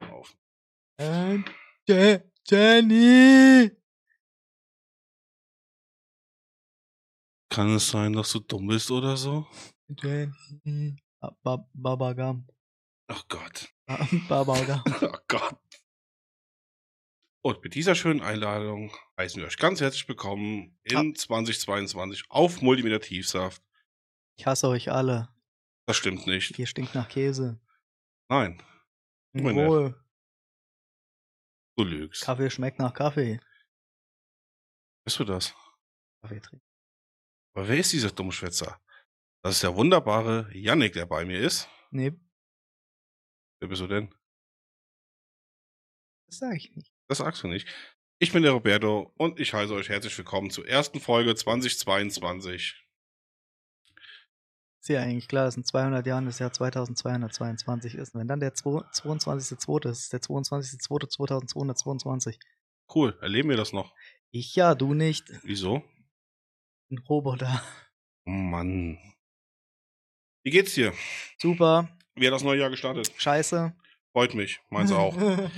Auf. Ähm, Je- Jenny! Kann es sein, dass du dumm bist oder so? Jenny. Ba- Ba- Babagam. Ach Gott. Ba- Babagam. Ach Gott. Und mit dieser schönen Einladung heißen wir euch ganz herzlich willkommen in 2022 auf Multimeter Tiefsaft. Ich hasse euch alle. Das stimmt nicht. Ihr stinkt nach Käse. Nein, Moment. Wohl. du lügst. Kaffee schmeckt nach Kaffee. Bist du das? Kaffee trinken. Aber wer ist dieser Dummschwätzer? Das ist der wunderbare Yannick, der bei mir ist. Nee, Wer bist du denn? das sage ich nicht. Das sagst du nicht. Ich bin der Roberto und ich heiße euch herzlich willkommen zur ersten Folge 2022. Ist ja eigentlich klar, dass in 200 Jahren das Jahr 2222 ist. Und wenn dann der 2- 22.2. ist, ist der 22.2.2222. Cool, erleben wir das noch. Ich ja, du nicht. Wieso? Ein Roboter. Oh Mann. Wie geht's dir? Super. Wie hat das neue Jahr gestartet? Scheiße. Freut mich. Meins Hm, auch. äh.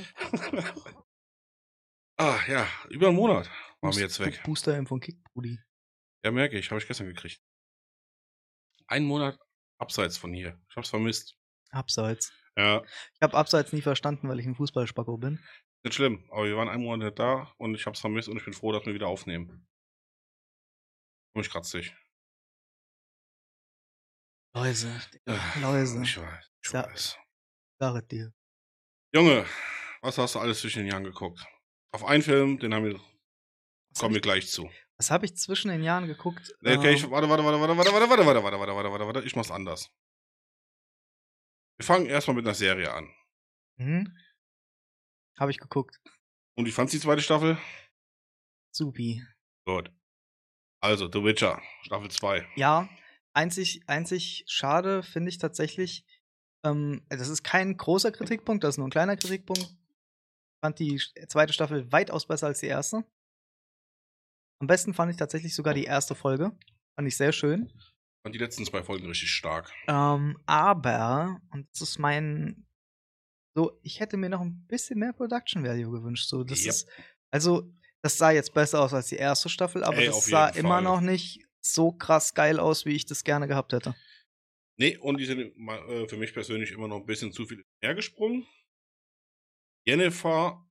ah, ja. Über einen Monat waren wir jetzt weg. Boosterimpfung Kick, Brudi. Ja, merke ich. Habe ich gestern gekriegt. Einen Monat abseits von hier. Ich hab's vermisst. Abseits. Ja, Ich habe abseits nie verstanden, weil ich ein Fußballspacko bin. nicht schlimm. Aber wir waren einen Monat nicht da und ich hab's vermisst und ich bin froh, dass wir wieder aufnehmen. Und ich kratze dich. Läuse. Ah, Läuse. Ich weiß. Ich Ja. weiß. Sage dir. Junge, was hast du alles zwischen den Jahren geguckt? Auf einen Film, den haben wir, Was kommen habe wir ich, gleich zu. was hab ich zwischen den Jahren geguckt? Nee, okay, Ähm, ich, warte, warte, warte, warte, warte, warte, warte, warte, warte, warte, warte, warte, warte, ich mach's anders. Wir fangen erstmal mit einer Serie an. Hm? Habe ich geguckt. Und wie fandst du die zweite Staffel? Supi. Gut. Also, The Witcher, Staffel 2. Ja, einzig, einzig schade finde ich tatsächlich, ähm, das ist kein großer Kritikpunkt, das ist nur ein kleiner Kritikpunkt. Ich fand die sch- zweite Staffel weitaus besser als die erste. Am besten fand ich tatsächlich sogar die erste Folge. Fand ich sehr schön. Fand die letzten zwei Folgen richtig stark. Ähm, aber, und das ist mein. So, ich hätte mir noch ein bisschen mehr Production Value gewünscht. So, das Yep. ist. Also, das sah jetzt besser aus als die erste Staffel, aber Ey, auf das sah jeden immer Fall. noch nicht so krass geil aus, wie ich das gerne gehabt hätte. Nee, und die sind ma- äh, für mich persönlich immer noch ein bisschen zu viel mehr gesprungen. Jennifer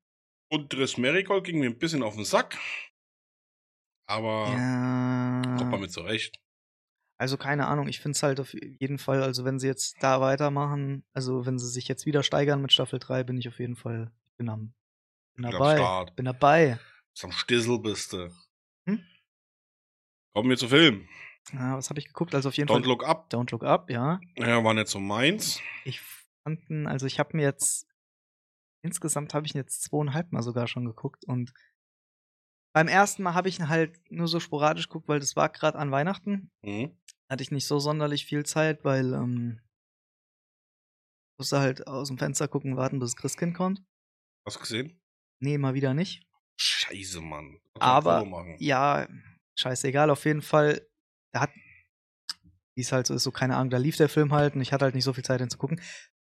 und Driss Marigold gingen mir ein bisschen auf den Sack. Aber kommt man Ja. mit zurecht. Also, keine Ahnung, ich finde es halt auf jeden Fall, also, wenn sie jetzt da weitermachen, also, wenn sie sich jetzt wieder steigern mit Staffel 3, bin ich auf jeden Fall. Bin am, bin Bin am dabei. Start. Bin dabei. Zum Stissel bist du. Hm? Kommen wir zu Film. Ja, was habe ich geguckt? Also, auf jeden Don't Fall. Look Up. Don't Look Up, ja. Ja, war nicht so meins. Ich fand ihn, also ich habe mir jetzt, insgesamt habe ich ihn jetzt zweieinhalb Mal sogar schon geguckt und beim ersten Mal habe ich ihn halt nur so sporadisch geguckt, weil das war gerade an Weihnachten. Hm? Hatte ich nicht so sonderlich viel Zeit, weil ähm, musste halt aus dem Fenster gucken, warten, bis das Christkind kommt. Hast du gesehen? Nee, mal wieder nicht. Scheiße, Mann. Kannst du Aber- ein Foto machen. ja, scheißegal, auf jeden Fall, da hat, wie es halt so ist, so keine Ahnung, da lief der Film halt und ich hatte halt nicht so viel Zeit, den zu gucken.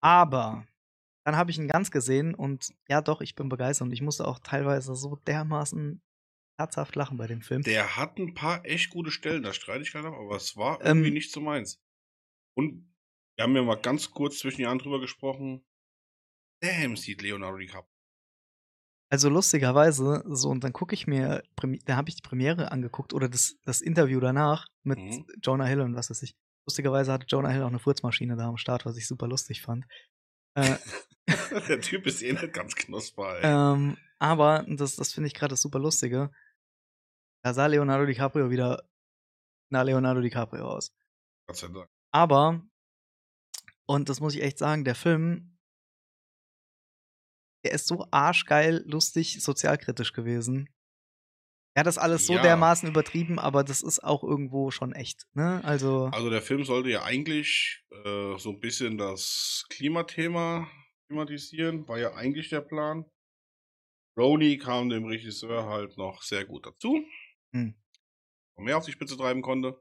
Aber dann habe ich ihn ganz gesehen und ja, doch, ich bin begeistert und ich musste auch teilweise so dermaßen herzhaft lachen bei dem Film. Der hat ein paar echt gute Stellen, da streite ich gerade, aber es war Ähm. irgendwie nicht so meins. Und wir haben ja mal ganz kurz zwischen den Jahren drüber gesprochen. Damn, sieht Leonardo DiCaprio. Also lustigerweise, so und dann gucke ich mir, Premi- da habe ich die Premiere angeguckt oder das, das Interview danach mit Mhm. Jonah Hill und was weiß ich. Lustigerweise hatte Jonah Hill auch eine Furzmaschine da am Start, was ich super lustig fand. Äh, Der Typ ist eh nicht ganz knusper, ey. Ähm, aber das, das finde ich gerade das super Lustige. Da sah Leonardo DiCaprio wieder nach Leonardo DiCaprio aus. Gott sei Dank. Aber, und das muss ich echt sagen, der Film, der ist so arschgeil, lustig, sozialkritisch gewesen. Er hat das alles so Ja. dermaßen übertrieben, aber das ist auch irgendwo schon echt, ne? Also, Also der Film sollte ja eigentlich äh, so ein bisschen das Klimathema thematisieren, war ja eigentlich der Plan. Roni kam dem Regisseur halt noch sehr gut dazu, hm, wo mehr auf die Spitze treiben konnte.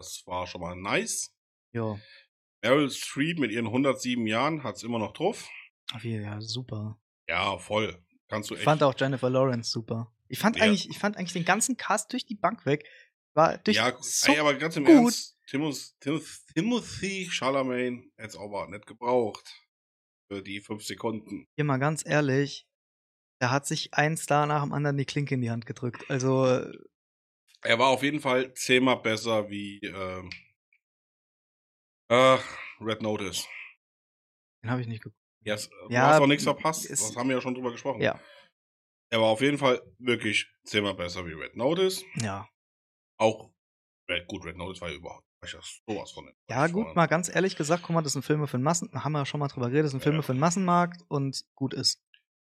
Das war schon mal nice. Ja, Meryl Streep mit ihren 107 Jahren hat's immer noch drauf. auf jeden Fall, ja, super. Ja, voll. Kannst du Ich echt. fand auch Jennifer Lawrence super. Ich fand, Ja. eigentlich, ich fand eigentlich den ganzen Cast durch die Bank weg. War durch ja, so ey, aber ganz im gut. Ernst, Timoth, Timoth, Timothy Chalamet hätte auch mal nicht gebraucht. Für die fünf Sekunden. hier mal ganz ehrlich, da hat sich ein Star nach dem anderen die Klinke in die Hand gedrückt. Also, äh, Er war auf jeden Fall zehnmal besser wie ähm, äh, Red Notice. den habe ich nicht geguckt. Yes, du Ja, hast auch nichts verpasst. es- das haben wir ja schon drüber gesprochen. Ja. Er war auf jeden Fall wirklich zehnmal besser wie Red Notice. Ja. Auch Red, gut, Red Notice war ja überhaupt war ja sowas von Ja, gut, mal ganz ehrlich gesagt, guck mal, das sind Filme für den Massen, haben wir ja schon mal drüber geredet, das sind Ja. Filme für den Massenmarkt und gut ist.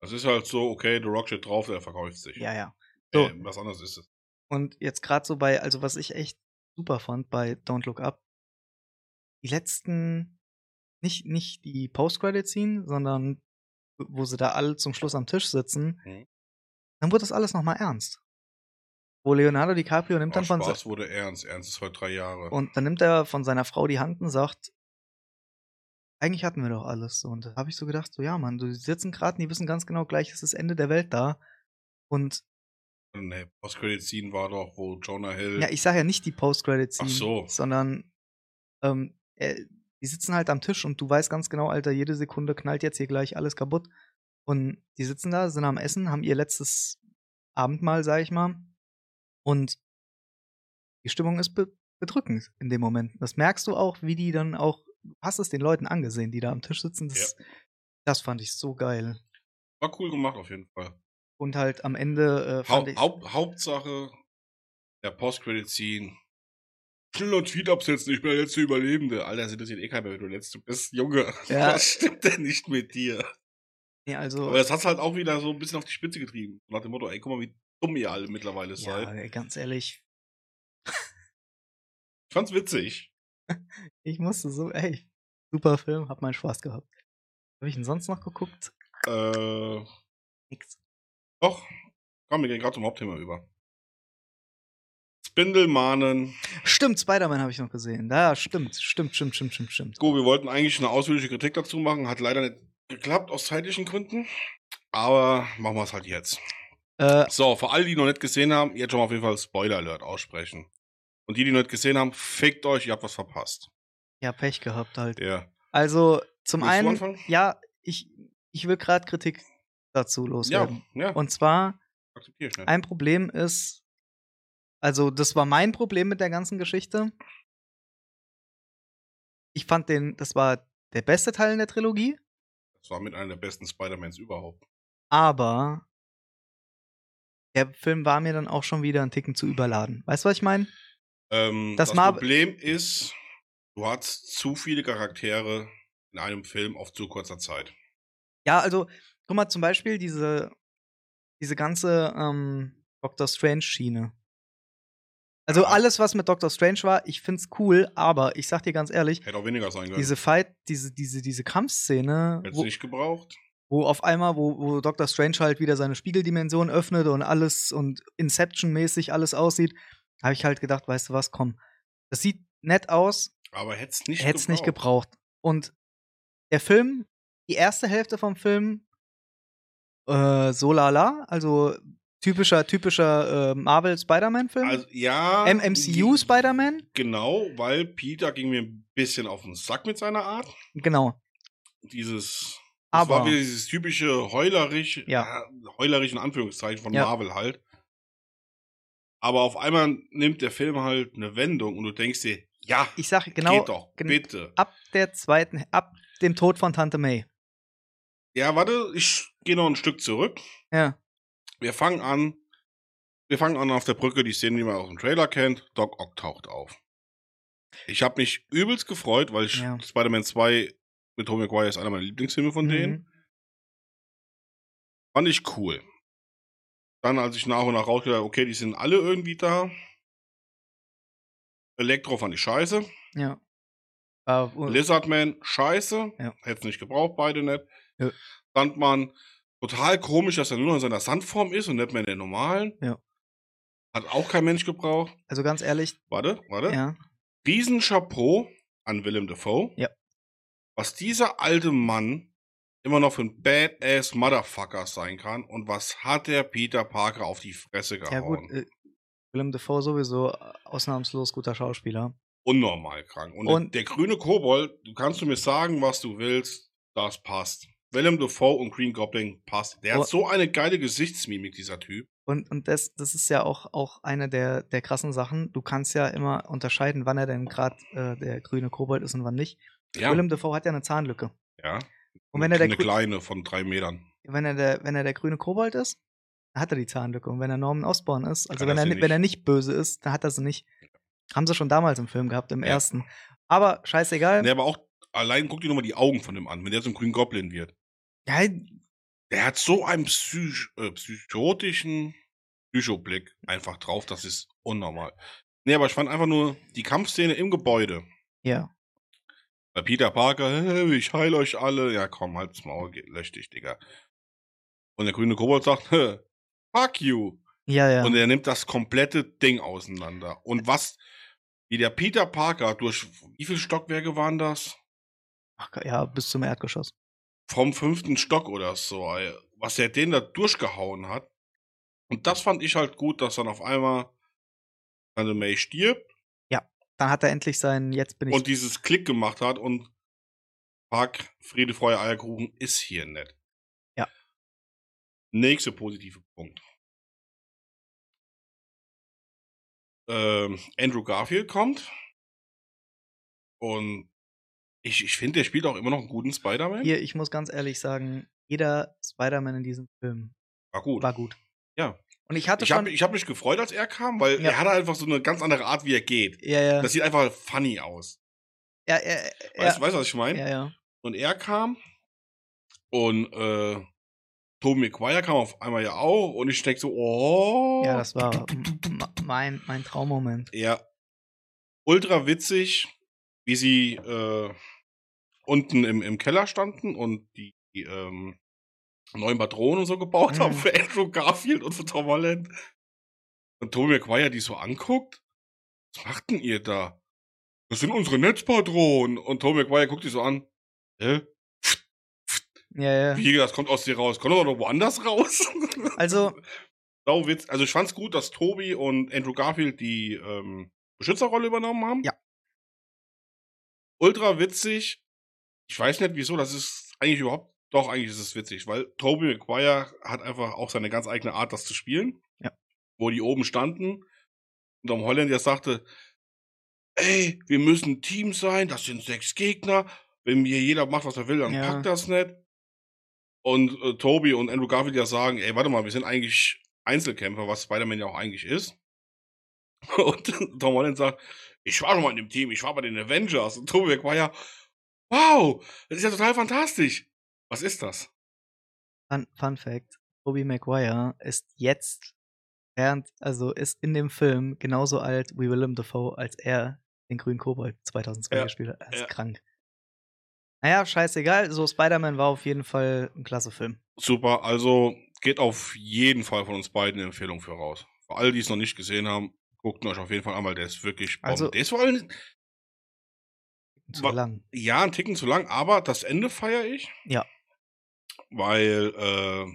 Das ist halt so, okay, The Rock steht drauf, der verkauft sich. Ja, ja. so. so. äh, was anderes ist es. Und jetzt gerade so bei, also was ich echt super fand bei Don't Look Up, die letzten, nicht, nicht die Post-Credit-Scene, sondern wo sie da alle zum Schluss am Tisch sitzen, Mhm. dann wurde das alles nochmal ernst. Wo Leonardo DiCaprio nimmt Aus dann von, se- Oh, Spaß wurde ernst. Ernst ist heute drei Jahre. Und dann nimmt er von seiner Frau die Hand und sagt, eigentlich hatten wir doch alles. So, Und da habe ich so gedacht, so ja, Mann, du die sitzen gerade und die wissen ganz genau, gleich ist das Ende der Welt da. Und Nee, Post-Credit-Scene war doch, wo Jonah Hill. ja, ich sage ja nicht die Post-Credit-Scene, Ach so. sondern ähm, äh, die sitzen halt am Tisch und du weißt ganz genau, Alter, jede Sekunde knallt jetzt hier gleich alles kaputt. Und die sitzen da, sind am Essen, haben ihr letztes Abendmahl, sag ich mal. Und die Stimmung ist be bedrückend in dem Moment. Das merkst du auch, wie die dann auch, du hast es den Leuten angesehen, die da am Tisch sitzen. Das, das fand ich so geil. war cool gemacht, auf jeden Fall. Und halt am Ende äh, Hau fand ich, Haupt Hauptsache, der Post-Credit-Scene. Schnell und Tweet absetzen, ich bin der letzte Überlebende. Alter, das interessiert eh keiner mehr, wenn du der letzte bist. Junge, Ja. was stimmt denn nicht mit dir? nee, also, Aber das hat's halt auch wieder so ein bisschen auf die Spitze getrieben. Nach dem Motto, ey, guck mal, wie dumm ihr alle mittlerweile seid. ja, ganz ehrlich, Ich fand's witzig. Ich musste so, ey, super Film, hab meinen Spaß gehabt. Hab ich ihn sonst noch geguckt? Äh, Nix. doch. Komm, wir gehen gerade zum Hauptthema über. Spindelmahnen. Stimmt, Spider-Man habe ich noch gesehen. Da, stimmt, stimmt, stimmt, stimmt, stimmt, stimmt. Go, wir wollten eigentlich eine ausführliche Kritik dazu machen, hat leider nicht geklappt aus zeitlichen Gründen. Aber machen wir es halt jetzt. Äh, So, für alle, die noch nicht gesehen haben, jetzt schon mal auf jeden Fall Spoiler Alert aussprechen. Und die, die noch nicht gesehen haben, fickt euch, ihr habt was verpasst. ja, Pech gehabt halt. Ja. Also, zum Willst du einen, anfangen? ja, ich, ich will gerade Kritik dazu Ja, loswerden. ja, Und zwar, akzeptiere ich ne? nicht. Ein Problem ist, also das war mein Problem mit der ganzen Geschichte. Ich fand den, das war der beste Teil in der Trilogie, Das war mit einer der besten Spider-Mans überhaupt. aber der Film war mir dann auch schon wieder einen Ticken zu überladen. Weißt du, was ich meine? Ähm, das Das Mar- Problem ist, du hast zu viele Charaktere in einem Film auf zu kurzer Zeit. Ja, also, guck mal, zum Beispiel diese, diese ganze ähm, Doctor Strange-Schiene. Also Ja. alles, was mit Doctor Strange war, ich find's cool, aber ich sag dir ganz ehrlich, Hätte auch weniger sein können. diese Fight, diese, diese, diese Kampfszene, Hättest wo, du nicht gebraucht. wo auf einmal, wo, wo Doctor Strange halt wieder seine Spiegeldimension öffnet und alles und Inception-mäßig alles aussieht, habe ich halt gedacht, weißt du was, komm. Das sieht nett aus, Aber hättest nicht hätte es nicht gebraucht. Und der Film, die erste Hälfte vom Film, äh, so lala, also typischer, typischer äh, Marvel-Spider-Man-Film. Also, ja. MMCU Spider-Man? Genau, weil Peter ging mir ein bisschen auf den Sack mit seiner Art. Genau. dieses das Aber war wieder dieses typische heulerisch Ja. äh, heulerisch in Anführungszeichen von Ja. Marvel halt. Aber auf einmal nimmt der Film halt eine Wendung und du denkst dir, ja, ich sage genau, geht doch, gen- bitte. ab der zweiten, ab dem Tod von Tante May. Ja, warte, ich gehe noch ein Stück zurück. Ja. Wir fangen an. Wir fangen an auf der Brücke, die Szene, die man aus dem Trailer kennt. Doc Ock taucht auf. Ich habe mich übelst gefreut, weil ich Ja. Spider-Man 2 mit Tobey Maguire ist einer meiner Lieblingsfilme von denen. Mhm. Fand ich cool. Dann, als ich nach und nach rausgedacht habe, okay, die sind alle irgendwie da. Elektro fand ich scheiße. Ja. Äh, War- Lizardman, scheiße. Ja. Hätt's nicht gebraucht, beide nicht. Ja. Sandmann, total komisch, dass er nur noch in seiner Sandform ist und nicht mehr in der normalen. Ja. Hat auch kein Mensch gebraucht. Also ganz ehrlich, Warte, warte. ja. Riesenchapeau an Willem Dafoe. Ja. Was dieser alte Mann immer noch für ein Badass Motherfucker sein kann und was hat der Peter Parker auf die Fresse gehauen. Ja, gut. Äh, Willem Dafoe sowieso äh, ausnahmslos guter Schauspieler. Unnormal krank. Und, Und- der grüne Kobold, du kannst du mir sagen, was du willst, das passt. Willem Dafoe und Green Goblin passt. Der Und- hat so eine geile Gesichtsmimik, dieser Typ. Und, und das, das ist ja auch, auch eine der, der krassen Sachen. Du kannst ja immer unterscheiden, wann er denn gerade äh, der grüne Kobold ist und wann nicht. Ja. Willem Dafoe hat ja eine Zahnlücke. ja. Und wenn er, der, eine grü- kleine von drei Metern. wenn, er der, wenn er der grüne Kobold ist, dann hat er die Zahnlücke. Und wenn er Norman Osborn ist, also Hat er wenn er, sie ni- wenn er nicht. nicht böse ist, dann hat er sie nicht. Haben sie schon damals im Film gehabt, im Ja. ersten. Aber scheißegal. Nee, aber auch allein guck dir nur mal die Augen von dem an, wenn der zum grünen Goblin wird. Ja, Der hat so einen psych äh, psychotischen Psychoblick einfach drauf, das ist unnormal. Nee, aber ich fand einfach nur die Kampfszene im Gebäude. ja. Bei Peter Parker, "Hey, ich heil euch alle. Ja, komm, halt's Maul, geh- lösch dich, Digga. Und der grüne Kobold sagt, "Hä, fuck you. Ja, ja. Und er nimmt das komplette Ding auseinander. Und was, wie der Peter Parker durch, wie viele Stockwerke waren das? Ach, ja, bis zum Erdgeschoss. vom fünften Stock oder so, ey. was er den da durchgehauen hat. Und das fand ich halt gut, dass dann auf einmal Tante May stirbt Dann hat er endlich seinen Jetzt bin ich. und dieses Klick gemacht hat und Park, Friede, Freude, Eierkuchen ist hier nett. Ja. Nächster positive Punkt. Ähm, Andrew Garfield kommt und ich, ich finde, der spielt auch immer noch einen guten Spider-Man. hier, ich muss ganz ehrlich sagen, jeder Spider-Man in diesem Film War gut. war gut. Ja. Und ich hatte Ich schon. habe ich hab mich gefreut, als er kam, weil Ja. er hatte einfach so eine ganz andere Art, wie er geht. ja, ja. Das sieht einfach funny aus. ja, ja, ja, Weißt du, weißt, du, was ich meine? ja, ja. Und er kam und äh, Tobey Maguire kam auf einmal ja auch und ich denke so, oh. ja, das war m- m- mein, mein Traummoment. Ja. Ultra witzig, wie sie äh, unten im, im Keller standen und die, die ähm, neuen Patronen und so gebaut Mhm. haben für Andrew Garfield und für Tom Holland. Und Tobey Maguire die so anguckt. Was macht denn ihr da? Das sind unsere Netzpatronen. Und Tobey Maguire guckt die so an. Hä? Ja, ja. Wie, das kommt aus dir raus. Kommt doch noch woanders raus. Also, Sauwitz. Also ich fand's gut, dass Tobi und Andrew Garfield die ähm, Beschützerrolle übernommen haben. Ja. Ultra witzig. Ich weiß nicht wieso, das ist eigentlich überhaupt, doch eigentlich ist es witzig, weil Toby McGuire hat einfach auch seine ganz eigene Art, das zu spielen. Ja. Wo die oben standen und am Holländer sagte, ey, wir müssen ein Team sein, das sind sechs Gegner, wenn mir jeder macht, was er will, dann Ja. packt das nicht. Und äh, Toby und Andrew Garfield ja sagen, ey, warte mal, wir sind eigentlich Einzelkämpfer, was Spider-Man ja auch eigentlich ist. Und Tom Holland sagt, ich war schon mal in dem Team, ich war bei den Avengers. Und Toby Maguire, wow, das ist ja total fantastisch. Was ist das? Fun, Fun Fact: Tobey Maguire ist jetzt, während, also ist in dem Film genauso alt wie Willem Dafoe, als er den grünen Kobold 2002 Ja, gespielt hat. Das ist ja. krank. Naja, scheißegal. So, Spider-Man war auf jeden Fall ein klasse Film. Super, also geht auf jeden Fall von uns beiden eine Empfehlung für raus. Für alle, die es noch nicht gesehen haben, guckt ihn euch auf jeden Fall an, weil der ist wirklich Bombe. Also- der ist vor allem, Zu Wa- lang. ja, ein Ticken zu lang, aber das Ende feiere ich. Ja. Weil äh,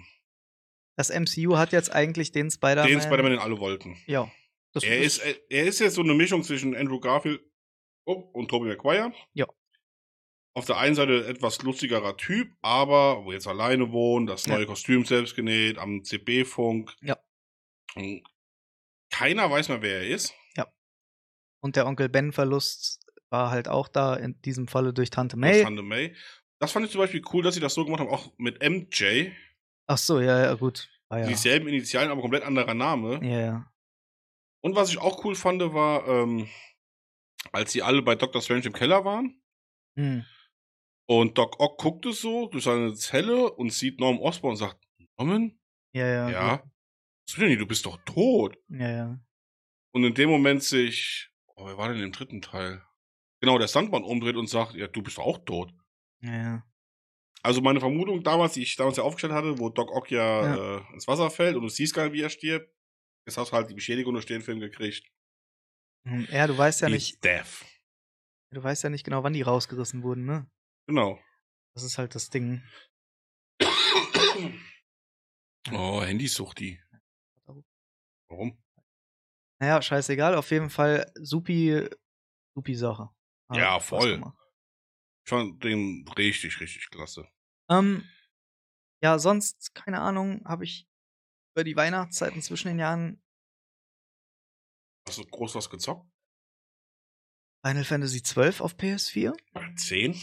Das MCU hat jetzt eigentlich den Spider-Man. den Spider-Man den alle wollten. Ja. Das Er ist, äh, er ist jetzt so eine Mischung zwischen Andrew Garfield oh, und Tobey Maguire. Ja. Auf der einen Seite etwas lustigerer Typ, aber wo jetzt alleine wohnt, das neue Kostüm selbst genäht, am CB-Funk. Ja. Und Keiner weiß mehr, wer er ist. Und der Onkel Ben-Verlust war halt auch da, in diesem Falle durch Tante Das May. fand ich May. Das fand ich zum Beispiel cool, dass sie das so gemacht haben, auch mit MJ. Ach so, ja, ja, gut. Ah, ja. Dieselben Initialen, aber komplett anderer Name. ja, ja. Und was ich auch cool fand, war, ähm, als sie alle bei Dr. Strange im Keller waren. Hm. Und Doc Ock guckt es so durch seine Zelle und sieht Norman Osborn und sagt, Norman? Ja, ja. Ja. gut. Was will denn hier? Du bist doch tot. Ja, ja. Und in dem Moment sich, oh, wer war denn im dritten Teil? Genau, der Sandmann umdreht und sagt, ja, du bist doch auch tot. Ja, ja. Also meine Vermutung damals, die ich damals ja aufgestellt hatte, wo Doc Ock ja, Äh, ins Wasser fällt und du siehst gar nicht, wie er stirbt, jetzt hast du halt die Beschädigung durch den Film gekriegt. Hm, Ja, du weißt ja Die nicht, Death. Du weißt ja nicht genau, wann die rausgerissen wurden, ne? Genau. Das ist halt das Ding. Oh, Handysucht die. Warum? Naja, scheißegal, auf jeden Fall supi, supi Sache. Hat Ja, Spaß voll. gemacht. Ich fand den richtig, richtig klasse. Ähm, ja, sonst, keine Ahnung, habe ich über die Weihnachtszeiten zwischen den Jahren Hast du groß was gezockt? Final Fantasy 12 auf PS4, Zehn?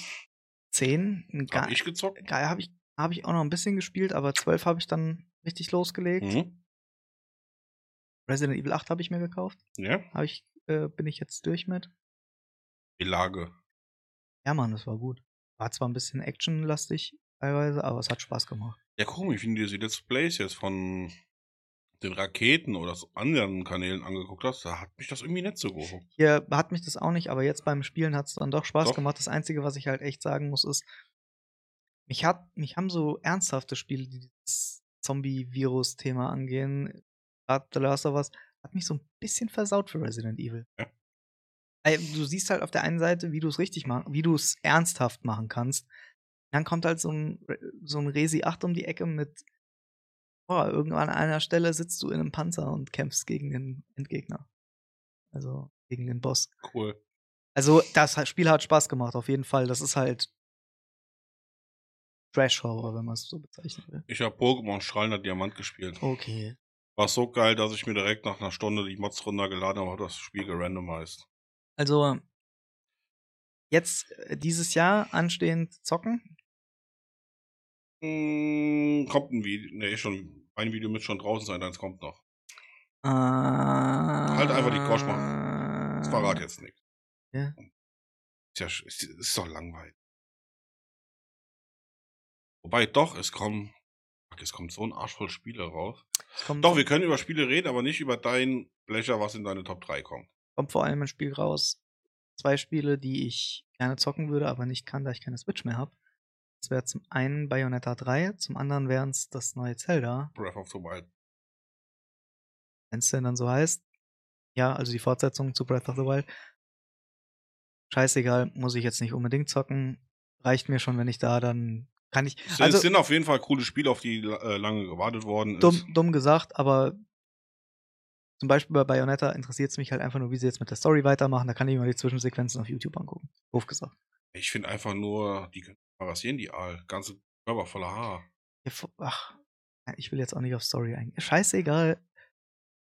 10, ein Hab geil, ich gezockt? geil habe ich, hab ich auch noch ein bisschen gespielt, aber 12 habe ich dann richtig losgelegt. Mhm. Resident Evil 8 habe ich mir gekauft, Ja. hab ich, äh, bin ich jetzt durch mit. Die Lage. Ja, Mann, das war gut. War zwar ein bisschen actionlastig teilweise, aber es hat Spaß gemacht. Ja, komisch, wenn du dir die Let's Plays jetzt von den Raketen oder so anderen Kanälen angeguckt hast, da hat mich das irgendwie nicht so gehoben. Hier hat mich das auch nicht, aber jetzt beim Spielen hat es dann doch Spaß Doch. gemacht. Das Einzige, was ich halt echt sagen muss, ist, mich, hat, mich haben so ernsthafte Spiele, die dieses Zombie-Virus-Thema angehen, gerade The Last of Us, hat mich so ein bisschen versaut für Resident Evil. Ja. Ey, Du siehst halt auf der einen Seite, wie du es richtig machen, wie du es ernsthaft machen kannst. Dann kommt halt so ein, Re- so ein Resi 8 um die Ecke mit, boah, irgendwann an einer Stelle sitzt du in einem Panzer und kämpfst gegen den Endgegner. Also gegen den Boss. Cool. Also, das hat- Spiel hat Spaß gemacht, auf jeden Fall. Das ist halt Trash-Horror, wenn man es so bezeichnen will. Ich habe Pokémon Strahlender Diamant gespielt. Okay. War so geil, dass ich mir direkt nach einer Stunde die Mods runtergeladen habe und das Spiel gerandomized. Also, jetzt äh, dieses Jahr anstehend zocken. Mm, kommt ein Video. Nee, schon. Ein Video müsste schon draußen sein, eins kommt noch. Äh, Halt halt einfach die Grosch Das verrat jetzt nichts. Ah. Ja. Ist ja sch- ist, ist doch langweilig. Wobei doch, es kommen. Fuck, es kommt so ein Arsch voll Spiele raus. Es kommt, Doch, wir können über Spiele reden, aber nicht über dein Blecher, was in deine Top 3 kommt. kommt vor allem ein Spiel raus. Zwei Spiele, die ich gerne zocken würde, aber nicht kann, da ich keine Switch mehr habe. Das wäre zum einen Bayonetta 3, zum anderen wären es das neue Zelda, Breath of the Wild. wenn es denn dann so heißt. Ja, also die Fortsetzung zu Breath of the Wild. Scheißegal, muss ich jetzt nicht unbedingt zocken. Reicht mir schon, wenn ich da dann kann ich. Es Also sind auf jeden Fall coole Spiele, auf die äh, lange gewartet worden ist. dumm, dumm gesagt, aber zum Beispiel bei Bayonetta interessiert es mich halt einfach nur, wie sie jetzt mit der Story weitermachen. Da kann ich mir die Zwischensequenzen auf YouTube angucken. Doof gesagt. Ich finde einfach nur, die können mal rasieren, die Aal. Ganze Körper voller Haar. Ja, fu- Ach, ich will jetzt auch nicht auf Story eingehen. Scheißegal.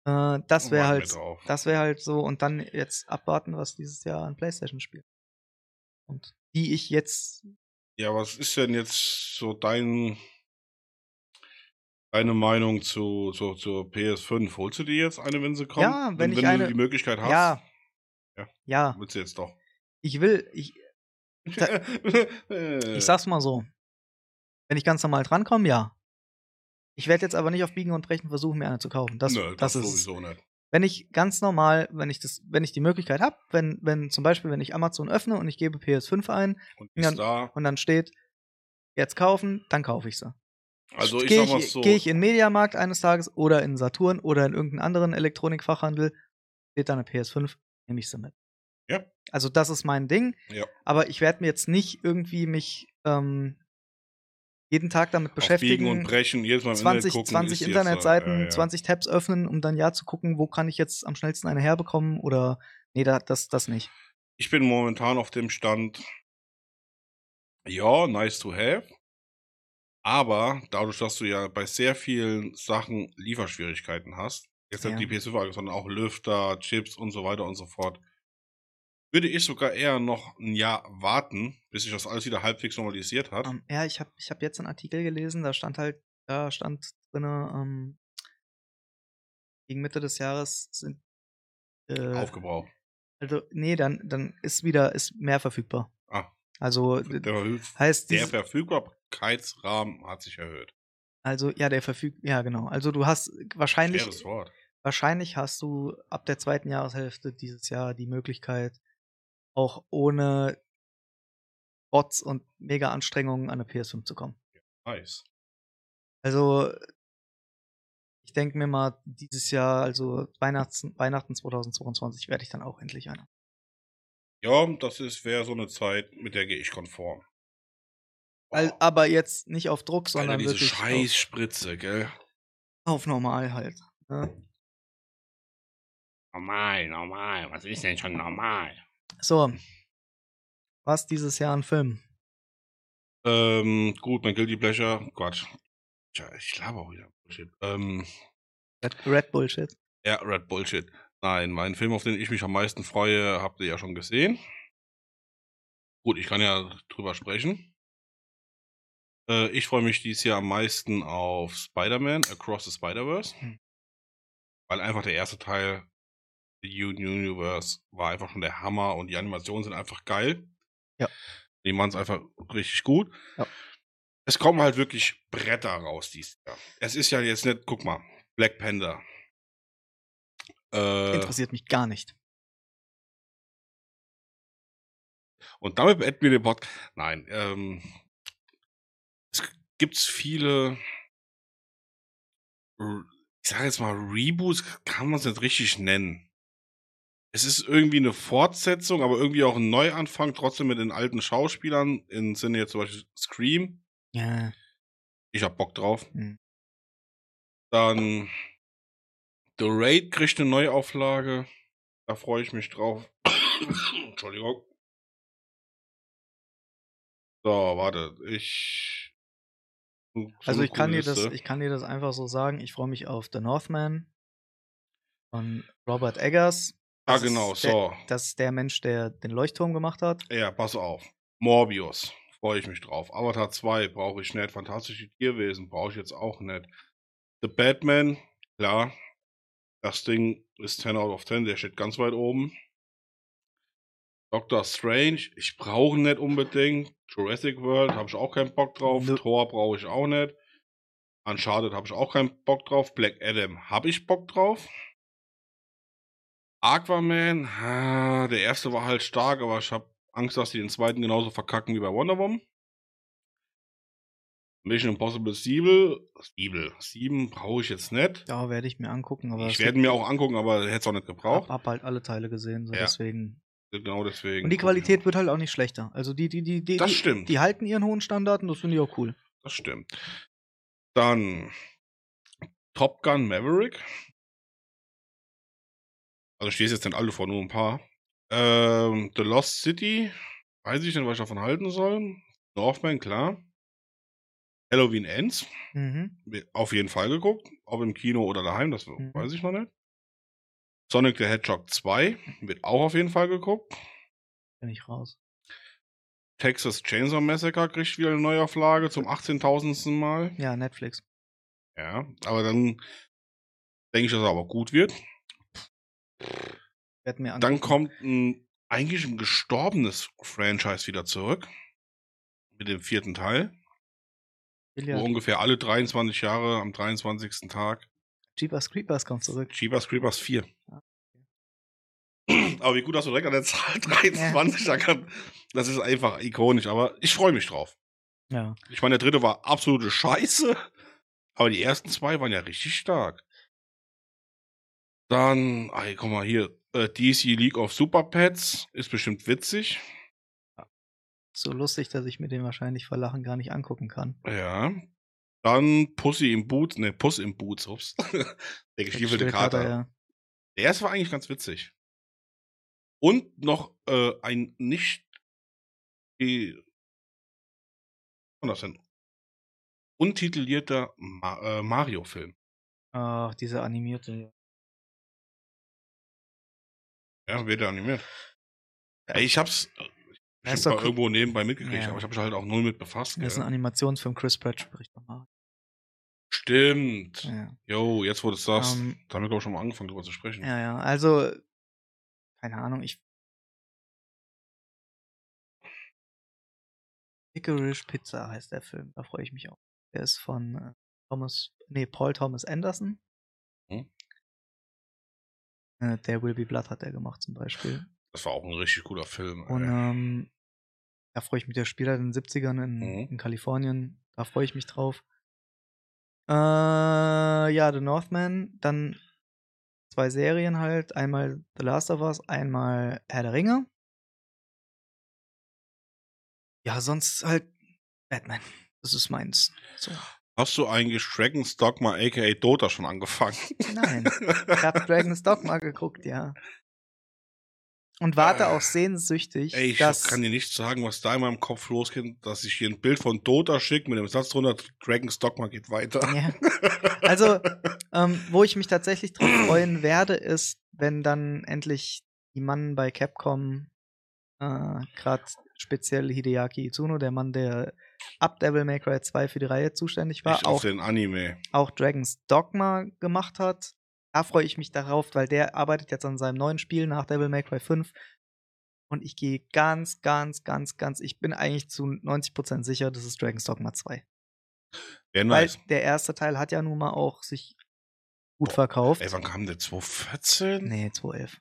Äh, Warten das wäre wir halt, Oh drauf. das wäre halt so. Und dann jetzt abwarten, was dieses Jahr an PlayStation spielt. Und die ich jetzt Ja, was ist denn jetzt so dein, deine Meinung zu, zu, zur PS5? Holst du dir jetzt eine, wenn sie kommt? Ja, wenn ich du eine- die Möglichkeit hast, Ja. Ja. Ja. willst du jetzt doch. Ich will, ich, Äh. ich sag's mal so. Wenn ich ganz normal drankomme, ja. Ich werde jetzt aber nicht auf Biegen und Brechen versuchen, mir eine zu kaufen. Das, Nö, das, ist. sowieso nicht. Wenn ich ganz normal, wenn ich das, wenn ich die Möglichkeit habe, wenn, wenn zum Beispiel, wenn ich Amazon öffne und ich gebe PS5 ein Und Ja. ist da. und dann steht, jetzt kaufen, dann kaufe ich sie. Also ich Gehe sag ich, mal so. geh ich in Mediamarkt eines Tages oder in Saturn oder in irgendeinen anderen Elektronikfachhandel, steht da eine PS5, nehme ich sie mit. Ja. Also das ist mein Ding. Ja. Aber ich werde mir jetzt nicht irgendwie mich ähm, jeden Tag damit auf Biegen beschäftigen. und Brechen, jedes Mal im 20, Internet gucken. 20 ist die jetzt da. Internetseiten, Ja, ja. 20 Tabs öffnen, um dann ja zu gucken, wo kann ich jetzt am schnellsten eine herbekommen oder nee, da, das, das nicht. Ich bin momentan auf dem Stand. Ja, nice to have. Aber dadurch, dass du ja bei sehr vielen Sachen Lieferschwierigkeiten hast, jetzt Ja. nicht die PS5, angesprochen, sondern auch Lüfter, Chips und so weiter und so fort, würde ich sogar eher noch ein Jahr warten, bis sich das alles wieder halbwegs normalisiert hat. Ähm, ja, ich habe ich hab jetzt einen Artikel gelesen, da stand halt, da stand drin, ähm, gegen Mitte des Jahres sind. Äh, Aufgebraucht. also, nee, dann, dann ist wieder, ist mehr verfügbar. Ah. Also, d- Der, Verfüg- heißt, der dies, Verfügbarkeitsrahmen hat sich erhöht. also, ja, der verfügt, ja, genau. Also, du hast wahrscheinlich, Schweres Wort. wahrscheinlich hast du ab der zweiten Jahreshälfte dieses Jahr die Möglichkeit, auch ohne Bots und mega Anstrengungen an eine PS5 zu kommen. Nice. Also, ich denke mir mal, dieses Jahr, also Weihnachten, Weihnachten 2022, werde ich dann auch endlich eine. Ja, das ist wäre so eine Zeit, mit der gehe ich konform. Weil, Boah, aber jetzt nicht auf Druck, Alter, sondern diese wirklich auf, Scheißspritze, gell? auf normal halt. Ne? Normal, normal. Was ist denn schon normal? So. Was dieses Jahr an Filmen? Ähm, gut, mein Guilty Pleasure. Quatsch. Tja, ich laber auch wieder. Bullshit. Ähm, Red, Red Bullshit. ja, Red Bullshit. Nein, mein Film, auf den ich mich am meisten freue, habt ihr ja schon gesehen. Gut, ich kann ja drüber sprechen. Äh, ich freue mich dieses Jahr am meisten auf Spider-Man Across the Spider-Verse. Hm. Weil einfach der erste Teil, The Un- Universe, war einfach schon der Hammer und die Animationen sind einfach geil. Ja. Die machen es einfach richtig gut. Ja. Es kommen halt wirklich Bretter raus dieses Jahr. Es ist ja jetzt nicht, guck mal, Black Panther. Äh, Interessiert mich gar nicht. Und damit beenden wir den Podcast. Nein, ähm, es gibt viele, R- ich sage jetzt mal Reboots, kann man es nicht richtig nennen. Es ist irgendwie eine Fortsetzung, aber irgendwie auch ein Neuanfang, trotzdem mit den alten Schauspielern, im Sinne jetzt zum Beispiel Scream. Ja. Ich hab Bock drauf. Mhm. Dann The Raid kriegt eine Neuauflage. Da freue ich mich drauf. Entschuldigung. So, warte. Ich. so ne? Also eine ich kann, coole dir das, Liste. ich kann dir das einfach so sagen. Ich freue mich auf The Northman von Robert Eggers. ah, das ist genau, der- so. Das ist der Mensch, der den Leuchtturm gemacht hat. Ja, pass auf. Morbius. Freue ich mich drauf. Avatar 2 brauche ich nicht. Fantastische Tierwesen brauche ich jetzt auch nicht. The Batman, klar. Das Ding ist 10 out of 10. Der steht ganz weit oben. Doctor Strange, ich brauche ihn nicht unbedingt. Jurassic World, habe ich auch keinen Bock drauf. Nö. Thor brauche ich auch nicht. Uncharted habe ich auch keinen Bock drauf. Black Adam habe ich Bock drauf. Aquaman, ah, der erste war halt stark, aber ich habe Angst, dass die den zweiten genauso verkacken wie bei Wonder Woman. Mission Impossible 7, 7, 7 brauche ich jetzt nicht. Ja, werde ich mir angucken. Aber ich es werde gibt- mir auch angucken, aber hätte es auch nicht hab, gebraucht. hab halt alle Teile gesehen, so Ja. deswegen. Genau deswegen. Und die Qualität wird halt auch nicht schlechter. Also die, die, die, die, Das die, stimmt. die halten ihren hohen Standard und das finde ich auch cool. Das stimmt. Dann Top Gun Maverick. Also ich lese jetzt nicht alle vor, nur ein paar. Ähm, The Lost City. Weiß ich nicht, was ich davon halten soll. Northman, klar. Halloween Ends. Mhm. Auf jeden Fall geguckt. Ob im Kino oder daheim, das Mhm. weiß ich noch nicht. Sonic the Hedgehog 2 wird auch auf jeden Fall geguckt. Bin ich raus. Texas Chainsaw Massacre kriegt wieder eine Neuauflage zum 18.000. Mal. Ja, Netflix. Ja, aber dann denke ich, dass er aber gut wird. Werd mir Dann angucken. kommt ein, eigentlich ein gestorbenes Franchise wieder zurück. Mit dem vierten Teil. Wo Billiard. ungefähr alle 23 Jahre am 23. Tag Jeepers Creepers kommt zurück. Jeepers Creepers 4. Aber wie gut, dass du direkt an der Zahl 23 da kam. Das ist einfach ikonisch, aber ich freue mich drauf. Ja. Ich meine, der dritte war absolute Scheiße, aber die ersten zwei waren ja richtig stark. Dann, ey, guck mal hier, äh, DC League of Super Pets ist bestimmt witzig. So lustig, dass ich mir den wahrscheinlich vor Lachen gar nicht angucken kann. Ja. Dann Pussy im Boots, ne, Puss im Boots, ups. Der gestiefelte Gespielt hat er Kater. ja. Der erste war eigentlich ganz witzig. Und noch äh, ein nicht. e Wie war das denn? Untitelierter Ma äh, Mario-Film. Ach, diese animierte. Ja, wird ja animiert. Ja. Ey, Ich hab's äh, Ja, ist bestimmt mal doch cool. irgendwo nebenbei mitgekriegt, Ja. aber ich habe mich halt auch null mit befasst. Das ist ein gell. Animationsfilm. Chris Pratt spricht nochmal. Stimmt. Ja. Jo, jetzt wo du es sagst, Ähm, da haben wir glaube ich schon mal angefangen drüber zu sprechen. ja, ja. Also, keine Ahnung, ich. Licorice Pizza heißt der Film. Da freue ich mich auch. Der ist von äh, Thomas, nee, Paul Thomas Anderson. Hm. Äh, Der Will Be Blood hat er gemacht zum Beispiel. Das war auch ein richtig cooler Film. Und ey. ähm, da freue ich mich, der Spieler in den 70ern in, Mhm. in Kalifornien, da freue ich mich drauf. Äh, ja, The Northman, dann zwei Serien halt, einmal The Last of Us, einmal Herr der Ringe. Ja, sonst halt Batman. Das ist meins. So. Hast du eigentlich Dragon's Dogma aka Dota schon angefangen? Nein. Ich hab Dragon's Dogma geguckt, ja. Und warte auch sehnsüchtig, Äh, Ey, ich dass kann dir nicht sagen, was da in meinem Kopf losgeht, dass ich hier ein Bild von Dota schicke mit dem Satz drunter, Dragon's Dogma geht weiter. Ja. Also, ähm, wo ich mich tatsächlich drauf freuen werde, ist, wenn dann endlich die Mann bei Capcom, äh, gerade speziell Hideaki Itsuno, der Mann, der ab Devil May Cry 2 für die Reihe zuständig war, Nicht auf auch, den Anime. auch Dragon's Dogma gemacht hat. Da freue ich mich darauf, weil der arbeitet jetzt an seinem neuen Spiel nach Devil May Cry 5. Und ich gehe ganz, ganz, ganz, ganz, ich bin eigentlich zu 90% sicher, das ist Dragon's Dogma 2. Wäre nice. Weil der erste Teil hat ja nun mal auch sich gut verkauft. Ey, wann kam der? 2014? nee, 2011.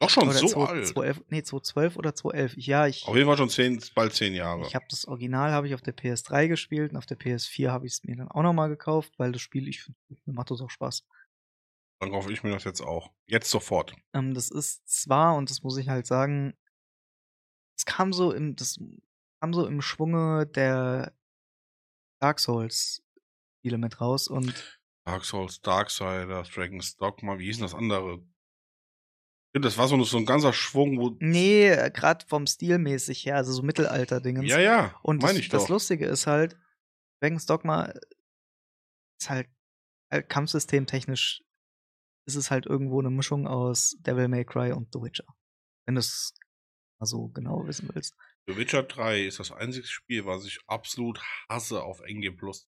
Doch schon oder so 2- alt. 2011, nee, 2012 oder 2011. Ja, ich, Auf jeden Fall schon zehn, bald zehn Jahre. ich habe das Original habe ich auf der PS3 gespielt und auf der PS4 habe ich es mir dann auch nochmal gekauft, weil das Spiel, ich find, mir macht das auch Spaß. Dann kaufe ich mir das jetzt auch. Jetzt sofort. Ähm, das ist zwar, und das muss ich halt sagen, es kam so im, das kam so im Schwunge der Dark Souls Spiele mit raus und Dark Souls, Darksiders, Dragon's Dogma, wie hieß denn das andere? Das war so, so ein ganzer Schwung, wo. nee, gerade vom Stil mäßig her, also so Mittelalter-Dingens. Ja, ja, Und das, meine ich das doch. Lustige ist halt, Dragon's Dogma ist halt äh, kampfsystemtechnisch ist es halt irgendwo eine Mischung aus Devil May Cry und The Witcher. Wenn du es mal so genau wissen willst. The Witcher 3 ist das einzige Spiel, was ich absolut hasse auf NG Plus.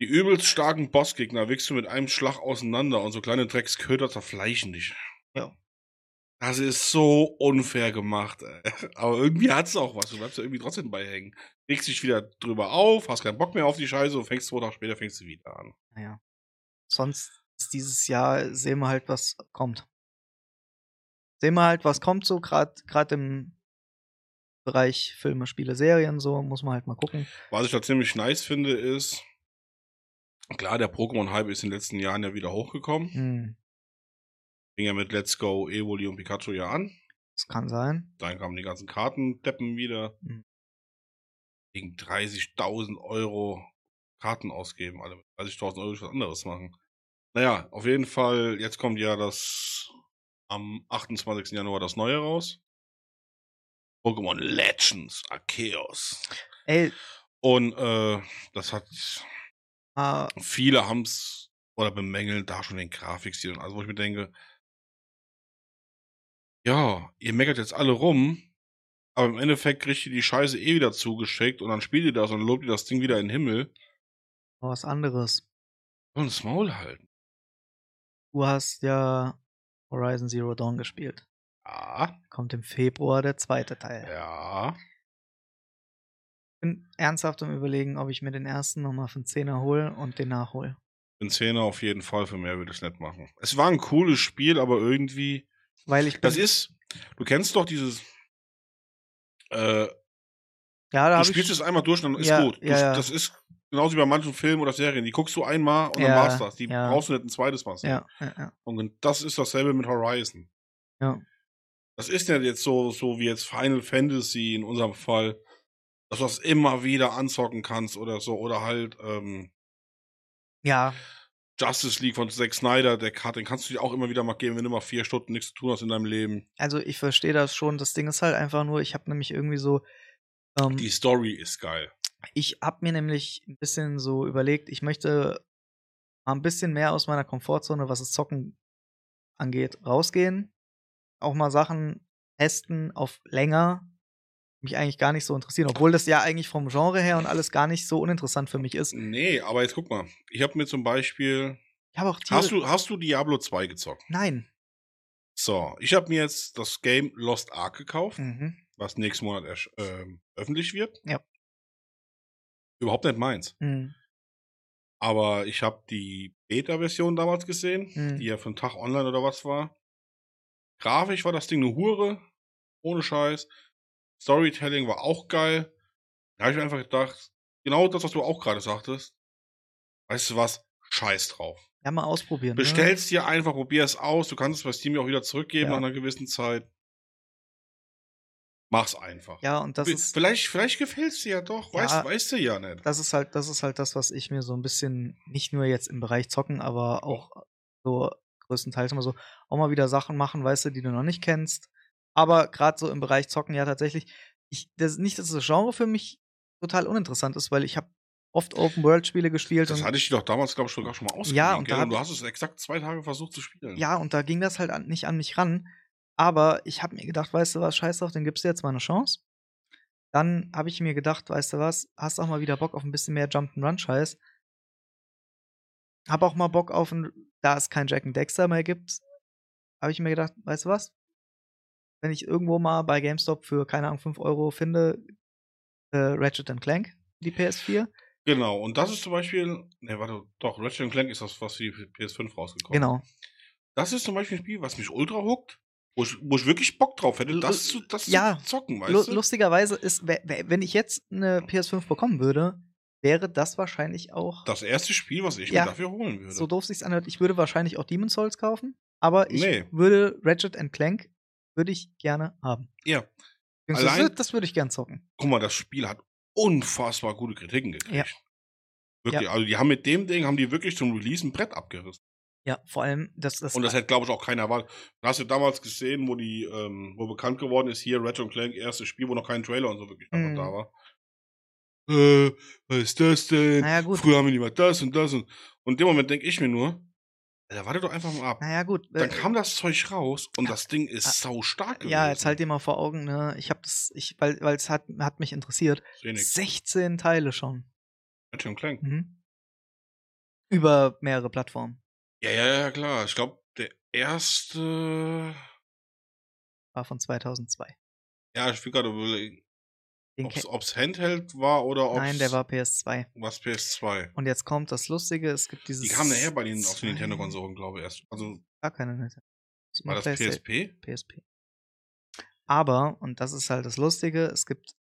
Die übelst starken Bossgegner wickst du mit einem Schlag auseinander und so kleine Drecksköder zerfleischen dich. Ja. Das ist so unfair gemacht. ey. Aber irgendwie hat's auch was. Du bleibst da irgendwie trotzdem bei hängen. Regst dich wieder drüber auf, hast keinen Bock mehr auf die Scheiße und fängst zwei Tage später fängst du wieder an. Naja. Sonst ist dieses Jahr sehen wir halt, was kommt. Sehen wir halt, was kommt so, gerade im Bereich Filme, Spiele, Serien, so, muss man halt mal gucken. Was ich da ziemlich nice finde, ist, klar, der Pokémon-Hype ist in den letzten Jahren ja wieder hochgekommen. Hm, Fing ja mit Let's Go, Evoli und Pikachu ja an. das kann sein. Dann kamen die ganzen Kartendeppen wieder. Mhm. Gegen 30.000 Euro Karten ausgeben, alle mit 30.000 Euro was anderes machen. Naja, auf jeden Fall, jetzt kommt ja das am 28. Januar das neue raus. Pokémon Legends Arceus. Ey, Und äh, das hat äh, viele haben's oder bemängeln da schon den Grafikstil und alles, wo ich mir denke, ja, ihr meckert jetzt alle rum, aber im Endeffekt kriegt ihr die Scheiße eh wieder zugeschickt und dann spielt ihr das und lobt ihr das Ding wieder in den Himmel was anderes. und das Maul halten. Du hast ja Horizon Zero Dawn gespielt. Ja, Kommt im Februar der zweite Teil. ja. Ich bin ernsthaft am überlegen, ob ich mir den ersten nochmal von 10er hole und den nachhole. Den Zehner auf jeden Fall, für mehr würde ich nicht machen. Es war ein cooles Spiel, aber irgendwie, Weil ich bin, das ist, du kennst doch dieses, äh, ja, da Du hab spielst ich, es einmal durch, dann ist Ja, gut. Du, ja, ja. Das ist genauso wie bei manchen Filmen oder Serien. Die guckst du einmal und dann Ja, war's das. Die ja. brauchst du nicht ein zweites Mal. sehen. ja, ja, ja. Und das ist dasselbe mit Horizon. Ja. Das ist ja jetzt so, so wie jetzt Final Fantasy in unserem Fall, dass du das immer wieder anzocken kannst oder so. Oder halt ähm, ja, Justice League von Zack Snyder, der Cut, den kannst du dir auch immer wieder mal geben, wenn du mal vier Stunden nichts zu tun hast in deinem Leben. also ich verstehe das schon. Das Ding ist halt einfach nur, ich habe nämlich irgendwie so, ähm, Die Story ist geil. ich habe mir nämlich ein bisschen so überlegt, ich möchte mal ein bisschen mehr aus meiner Komfortzone, was das Zocken angeht, rausgehen. Auch mal Sachen testen auf länger, mich eigentlich gar nicht so interessieren, obwohl das ja eigentlich vom Genre her und alles gar nicht so uninteressant für mich ist. Nee, aber jetzt guck mal. Ich habe mir zum Beispiel. Ich habe auch Tiere. Hast du, hast du Diablo 2 gezockt? Nein. So, ich habe mir jetzt das Game Lost Ark gekauft, Mhm. was nächsten Monat ersch- ähm, öffentlich wird. Ja. Überhaupt nicht meins. Mhm. Aber ich habe die Beta-Version damals gesehen, Mhm. die ja für einen Tag online oder was war. Grafisch war das Ding eine Hure, ohne Scheiß. Storytelling war auch geil. Da habe ich mir einfach gedacht, genau das, was du auch gerade sagtest. Weißt du was? Scheiß drauf. Ja, mal ausprobieren. ne? Bestellst dir einfach, probier es aus. Du kannst es bei Steam ja auch wieder zurückgeben Ja. nach einer gewissen Zeit. Mach's einfach. Ja, und das Vi- ist, vielleicht, vielleicht gefällt's dir ja doch. Ja. Weißt, weißt du ja nicht. das ist halt, das ist halt das, was ich mir so ein bisschen, nicht nur jetzt im Bereich Zocken, aber auch so größtenteils immer so, auch mal wieder Sachen machen, weißt du, die du noch nicht kennst. Aber gerade so im Bereich Zocken ja tatsächlich, ich, das, nicht, dass das Genre für mich total uninteressant ist, weil ich habe oft Open-World-Spiele gespielt Das und hatte ich dir doch damals, glaube ich, sogar schon mal ausgeliehen. Ja, und gell? da und du hab- hast es exakt zwei Tage versucht zu spielen. Ja, und da ging das halt an, nicht an mich ran. Aber ich habe mir gedacht, weißt du was, scheiß drauf, dann gibst du jetzt mal eine Chance. Dann habe ich mir gedacht, weißt du was, hast auch mal wieder Bock auf ein bisschen mehr Jump'n'Run-Scheiß. Hab auch mal Bock auf ein, da es kein Jack and Dexter mehr gibt, habe ich mir gedacht, weißt du was, wenn ich irgendwo mal bei GameStop für, keine Ahnung, 5 Euro finde, äh, Ratchet and Clank, die PS4. Genau, und das ist zum Beispiel, ne, warte, doch, Ratchet Clank ist das, was für die PS5 rausgekommen ist. Genau. Das ist zum Beispiel ein Spiel, was mich ultra huckt, wo ich, wo ich wirklich Bock drauf hätte, Lu- das zu, das ja. zu zocken, weißt Lu du? lustigerweise ist, wär- wär- wenn ich jetzt eine PS5 bekommen würde, wäre das wahrscheinlich auch, Das erste Spiel, was ich Ja. mir dafür holen würde. so doof sich's anhört, ich würde wahrscheinlich auch Demon's Souls kaufen, aber ich Nee. würde Ratchet and Clank würde ich gerne haben. Ja. Beziehungsweise Allein- Das, das würde ich gern zocken. Guck mal, das Spiel hat unfassbar gute Kritiken gekriegt. Ja. Wirklich, also die haben mit dem Ding, haben die wirklich zum Release ein Brett abgerissen. Ja, vor allem, das, das, Und das hätte, glaube ich, auch keiner erwartet. Und Hast du damals gesehen, wo die, ähm, wo bekannt geworden ist, hier Ratchet und Clank, erstes Spiel, wo noch kein Trailer und so wirklich Mhm. da war. Äh, was ist das denn? naja gut, Früher haben wir nicht mal das und das und. Und in dem Moment denke ich mir nur, Alter, warte doch einfach mal ab. naja gut. Dann äh, kam das Zeug raus und das Ding ist Ah. sau stark gewesen. ja, jetzt halt dir mal vor Augen, ne? Ich habe das, ich, weil weil es hat, hat mich interessiert. Wenig. 16 Teile schon. Ratchet und Clank. Mhm. Über mehrere Plattformen. Ja, ja, ja, klar. Ich glaube, der erste. War von 2002. Ja, ich will gerade überlegen, Den ob's, ke- ob's Handheld war oder ob's Nein, der war PS2. was PS2. Und jetzt kommt das Lustige, es gibt dieses. Die kamen nachher bei den auf zwei- den Nintendo-Konsolen, glaube ich, erst. Also Gar keine Nintendo. Ist war immer das Playsta- PSP? PSP. Aber, und das ist halt das Lustige, es gibt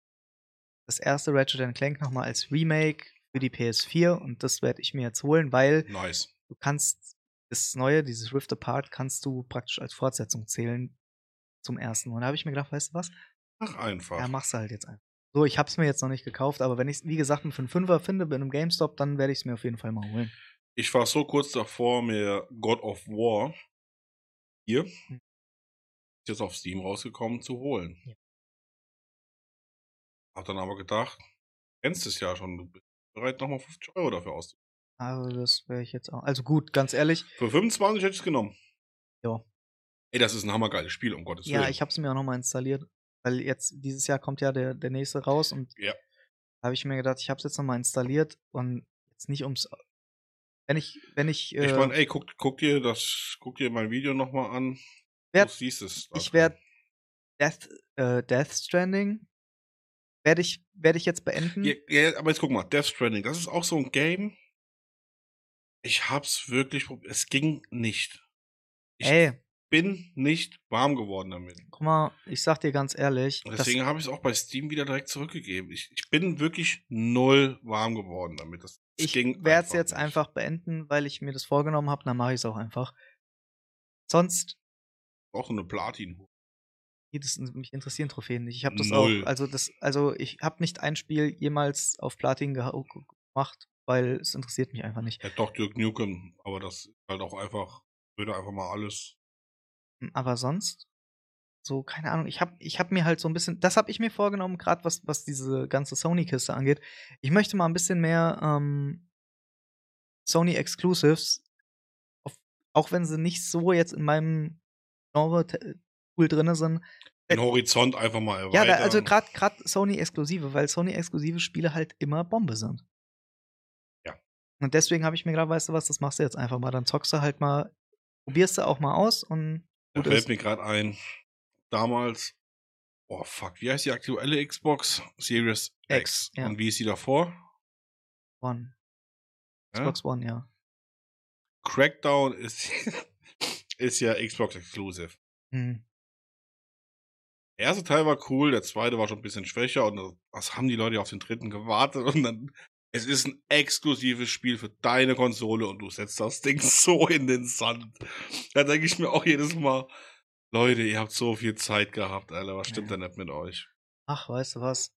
das erste Ratchet and Clank nochmal als Remake für die PS4 und das werde ich mir jetzt holen, weil Nice. du kannst das neue, dieses Rift Apart, kannst du praktisch als Fortsetzung zählen zum ersten. Und da habe ich mir gedacht, weißt du was? Ach, einfach. Ja, mach's halt jetzt einfach. So, ich hab's mir jetzt noch nicht gekauft, aber wenn ich wie gesagt, einen 5-5er finde bei einem GameStop, dann werde ich es mir auf jeden Fall mal holen. ich war so kurz davor, mir God of War hier ist Hm. jetzt auf Steam rausgekommen zu holen. Ja. Hab dann aber gedacht, kennst es ja schon, du bist bereit, nochmal 50 Euro dafür auszugeben. Also, das wäre ich jetzt auch. Also gut, ganz ehrlich, Für 25 hätte ich es genommen. Ja. Ey, das ist ein hammergeiles Spiel, um Gottes ja, Willen. ich habe es mir auch nochmal installiert. Weil jetzt, dieses Jahr kommt ja der, der nächste raus und Ja. habe ich mir gedacht, ich habe es jetzt nochmal installiert und jetzt nicht ums. Wenn ich, wenn ich, äh, Ich meine, ey, guck, guck dir das, guck dir mein Video nochmal an. Wer- du siehst es. da ich drin. werde Death, äh, Death Stranding werde ich, werde ich jetzt beenden. Ja, ja, aber jetzt guck mal, Death Stranding, das ist auch so ein Game. Ich hab's wirklich probiert. Es ging nicht. Ich Ey, bin nicht warm geworden damit. guck mal, ich sag dir ganz ehrlich, das, Deswegen habe ich es auch bei Steam wieder direkt zurückgegeben. Ich, ich bin wirklich null warm geworden damit. Das, das ich ging werde es jetzt nicht. einfach beenden, weil ich mir das vorgenommen habe, dann mache ich es auch einfach. Sonst Auch so eine Platin. Nee, das, mich interessieren Trophäen nicht. Ich habe das Null. auch, also das, also ich habe nicht ein Spiel jemals auf Platin geha- gemacht, weil es interessiert mich einfach nicht. Ja, doch, Dirk Newcomb, aber das ist halt auch einfach, würde einfach mal alles. Hm, Aber sonst, so keine Ahnung. Ich habe, ich habe mir halt so ein bisschen, das habe ich mir vorgenommen, gerade was was diese ganze Sony-Kiste angeht. Ich möchte mal ein bisschen mehr ähm, Sony Exclusives, auf, auch wenn sie nicht so jetzt in meinem Genre te- cool drinne sind, Den Horizont einfach mal Ja, erweitern. da, also gerade grad Sony-exklusive, weil Sony-exklusive Spiele halt immer Bombe sind. Ja. Und deswegen habe ich mir gedacht, weißt du was, das machst du jetzt einfach mal. Dann zockst du halt mal, probierst du auch mal aus und Da gut fällt ist. mir gerade ein, damals, oh fuck, wie heißt die aktuelle Xbox? Series X. X, ja. Und wie ist die davor? One. Ja? Xbox One, ja. Crackdown ist, ist ja Xbox Exclusive. Hm. Der erste Teil war cool, der zweite war schon ein bisschen schwächer und was haben die Leute auf den dritten gewartet und dann, es ist ein exklusives Spiel für deine Konsole und du setzt das Ding so in den Sand. Da denke ich mir auch jedes Mal, Leute, ihr habt so viel Zeit gehabt, Alter, was stimmt Ja. denn nicht mit euch? Ach, weißt du was?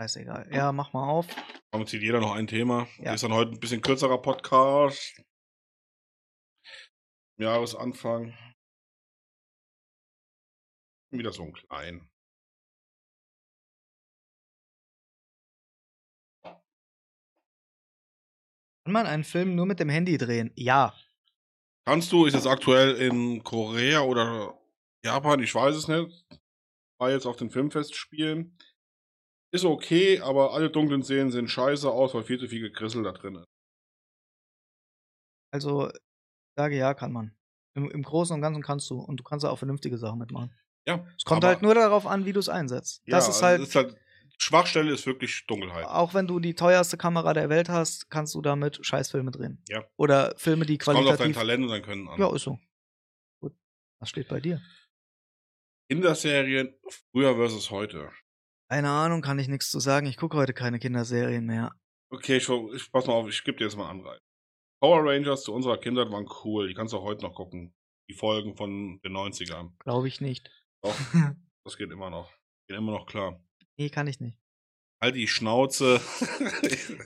Scheißegal. Hm. Ja, mach mal auf. Damit zieht jeder noch ein Thema. Ja. Ist dann heute ein bisschen kürzerer Podcast. Im Jahresanfang. Wieder so ein klein. Kann man einen Film nur mit dem Handy drehen? Ja. Kannst du, ist jetzt aktuell in Korea oder Japan, ich weiß es nicht, war jetzt auf den Filmfestspielen. Ist okay, aber alle dunklen Szenen sehen scheiße aus, weil viel zu viel Gekrissel da drin ist. Also, ich sage ja, kann man. Im, Im Großen und Ganzen kannst du. Und du kannst da auch vernünftige Sachen mitmachen. Ja, Es kommt aber- halt nur darauf an, wie du es einsetzt. das ja, ist halt, Ah, das ist halt. Schwachstelle ist wirklich Dunkelheit. auch wenn du die teuerste Kamera der Welt hast, kannst du damit Scheißfilme drehen. Ja. Oder Filme, die Kommt auf dein qualitativ. Talent und dein Können an. Ja, ist so. Gut. Was steht bei dir? Kinderserien früher versus heute. Keine Ahnung, kann ich nichts zu sagen. Ich gucke heute keine Kinderserien mehr. Okay, ich, ich pass mal auf, ich gebe dir jetzt mal einen Anreiz. Power Rangers zu unserer Kindheit waren cool. Die kannst du auch heute noch gucken. Die Folgen von den 90ern. Glaube ich nicht. Doch, das geht immer noch. Geht immer noch klar. Nee, kann ich nicht. Halt die Schnauze.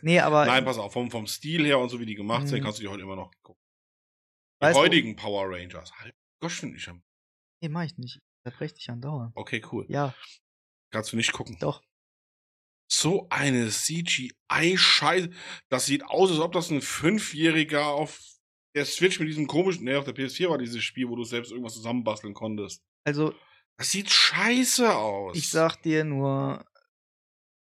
Nee, aber Nein, pass auf, vom, vom Stil her und so wie die gemacht sind, Mhm. kannst du die heute immer noch gucken. Die Weißt du- heutigen Power Rangers. Halt, Gosh, finde ich. am- nee, mach ich nicht. Da brech dich andauernd. Okay, cool. Ja, Kannst du nicht gucken. doch. So eine CGI-Scheiße. Das sieht aus, als ob das ein Fünfjähriger auf der Switch mit diesem komischen. Nee, auf der PS4 war dieses Spiel, wo du selbst irgendwas zusammenbasteln konntest. Also, Das sieht scheiße aus. ich sag dir nur,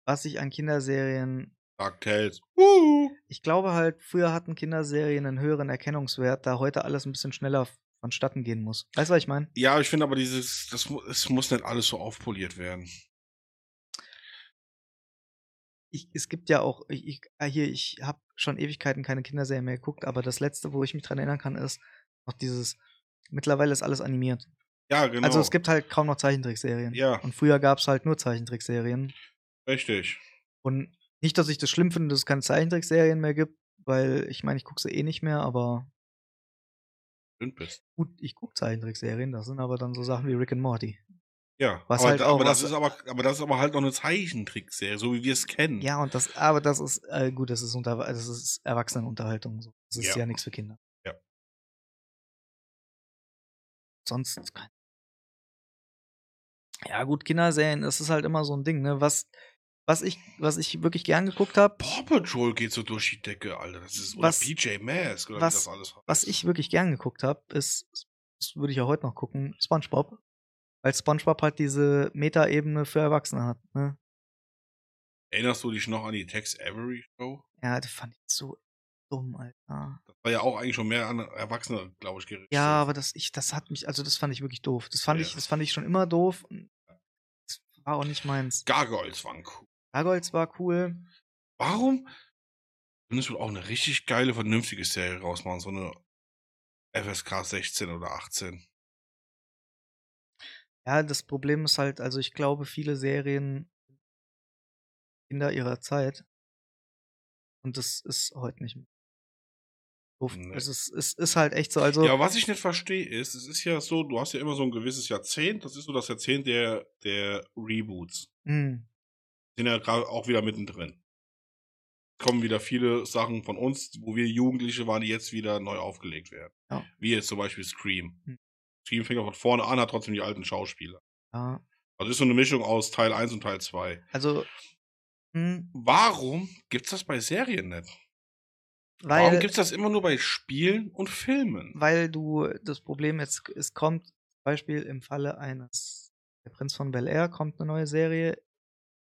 was ich an Kinderserien. Dark Tales. Uh. Ich glaube halt, früher hatten Kinderserien einen höheren Erkennungswert, da heute alles ein bisschen schneller vonstatten gehen muss. Weißt du, was ich meine? Ja, ich finde aber dieses, das, mu- es muss nicht alles so aufpoliert werden. ich, es gibt ja auch, ich, ich, ah, hier, ich habe schon Ewigkeiten keine Kinderserien mehr geguckt, aber das letzte, wo ich mich dran erinnern kann, ist noch dieses, mittlerweile ist alles animiert. Ja, genau. Also es gibt halt kaum noch Zeichentrickserien. Ja. Und früher gab es halt nur Zeichentrickserien. Richtig. Und nicht, dass ich das schlimm finde, dass es keine Zeichentrickserien mehr gibt, weil ich meine, ich gucke sie eh nicht mehr, aber Blind bist. gut, ich gucke Zeichentrickserien, das sind aber dann so Sachen wie Rick and Morty. Ja. Was aber, halt da- auch- aber, das was- ist aber, aber das ist aber halt noch eine Zeichentrickserie, so wie wir es kennen. Ja, und das, aber das ist, äh, gut, das ist, unter, das ist Erwachsenenunterhaltung. So. Das ist Ja. ja, nichts für Kinder. Ja. Sonst kein. Ja, gut, Kinderserien, das ist halt immer so ein Ding, ne? Was, was, ich, was ich wirklich gern geguckt habe, Paw Patrol geht so durch die Decke, Alter. Das ist Was- oder PJ Mask oder was- wie das alles heißt. was ich wirklich gern geguckt habe, ist, das würde ich ja heute noch gucken, Spongebob. Weil Spongebob halt diese Metaebene für Erwachsene hat, ne? Erinnerst du dich noch an die Tex Avery Show? Ja, das fand ich so dumm, Alter. Das war ja auch eigentlich schon mehr an Erwachsene, glaube ich, gerichtet. Ja, aber das, ich, das hat mich, also das fand ich wirklich doof. Das fand Ja. ich, das fand ich schon immer doof. und Das war auch nicht meins. Gargoyles waren cool. Gargoyles war cool. Warum? Du müsstest wohl auch eine richtig geile, vernünftige Serie rausmachen, so eine FSK 16 oder 18. Ja, das Problem ist halt, also ich glaube, viele Serien sind Kinder ihrer Zeit. Und das ist heute nicht mehr. Doof. Nee. Es, ist, es ist halt echt so, also Ja, was ich nicht verstehe, ist, es ist ja so, du hast ja immer so ein gewisses Jahrzehnt, das ist so das Jahrzehnt der, der Reboots. mh, Sind ja gerade auch wieder mittendrin. Kommen wieder viele Sachen von uns, wo wir Jugendliche waren, die jetzt wieder neu aufgelegt werden. Ja. Wie jetzt zum Beispiel Scream. Hm. Scream fängt auch von vorne an, hat trotzdem die alten Schauspieler. ja. Also ist so eine Mischung aus Teil 1 und Teil 2. Also, hm, mh, Warum gibt's das bei Serien nicht? Warum weil, gibt's das immer nur bei Spielen und Filmen? weil du das Problem jetzt, es kommt, zum Beispiel im Falle eines Der Prinz von Bel Air kommt eine neue Serie,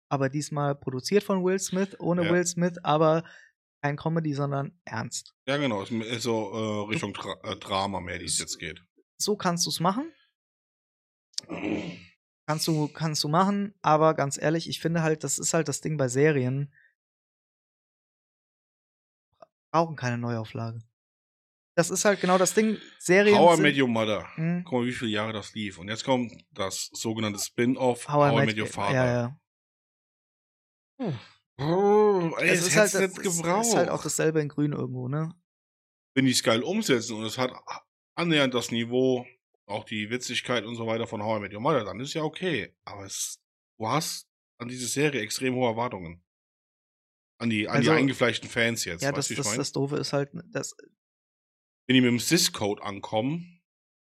aber diesmal produziert von Will Smith, ohne Ja. Will Smith, aber kein Comedy, sondern ernst. Ja, genau. ist m- So äh, Richtung Dra äh, Drama mehr, die es jetzt geht. So kannst du es machen. Kannst du, kannst du machen, aber ganz ehrlich, ich finde halt, das ist halt das Ding bei Serien. Brauchen keine Neuauflage. Das ist halt genau das Ding. Serien. How I sind- Met Your Mother. Hm? Guck mal, wie viele Jahre das lief. Und jetzt kommt das sogenannte Spin-off How, I Met, Your Father. Ja, ja. Oh, ey, das hätt's das- nicht Also es gebraucht. ist halt auch dasselbe in Grün irgendwo, ne? Wenn die es geil umsetzen und es hat annähernd das Niveau, auch die Witzigkeit und so weiter von How I Met Your Mother, dann ist ja okay. Aber es du hast an diese Serie extrem hohe Erwartungen. An die, an Also- die eingefleischten Fans jetzt. ja, weißt das, du, wie ich das, mein? das Doofe ist halt, dass, Wenn die mit dem Sys-Code ankommen,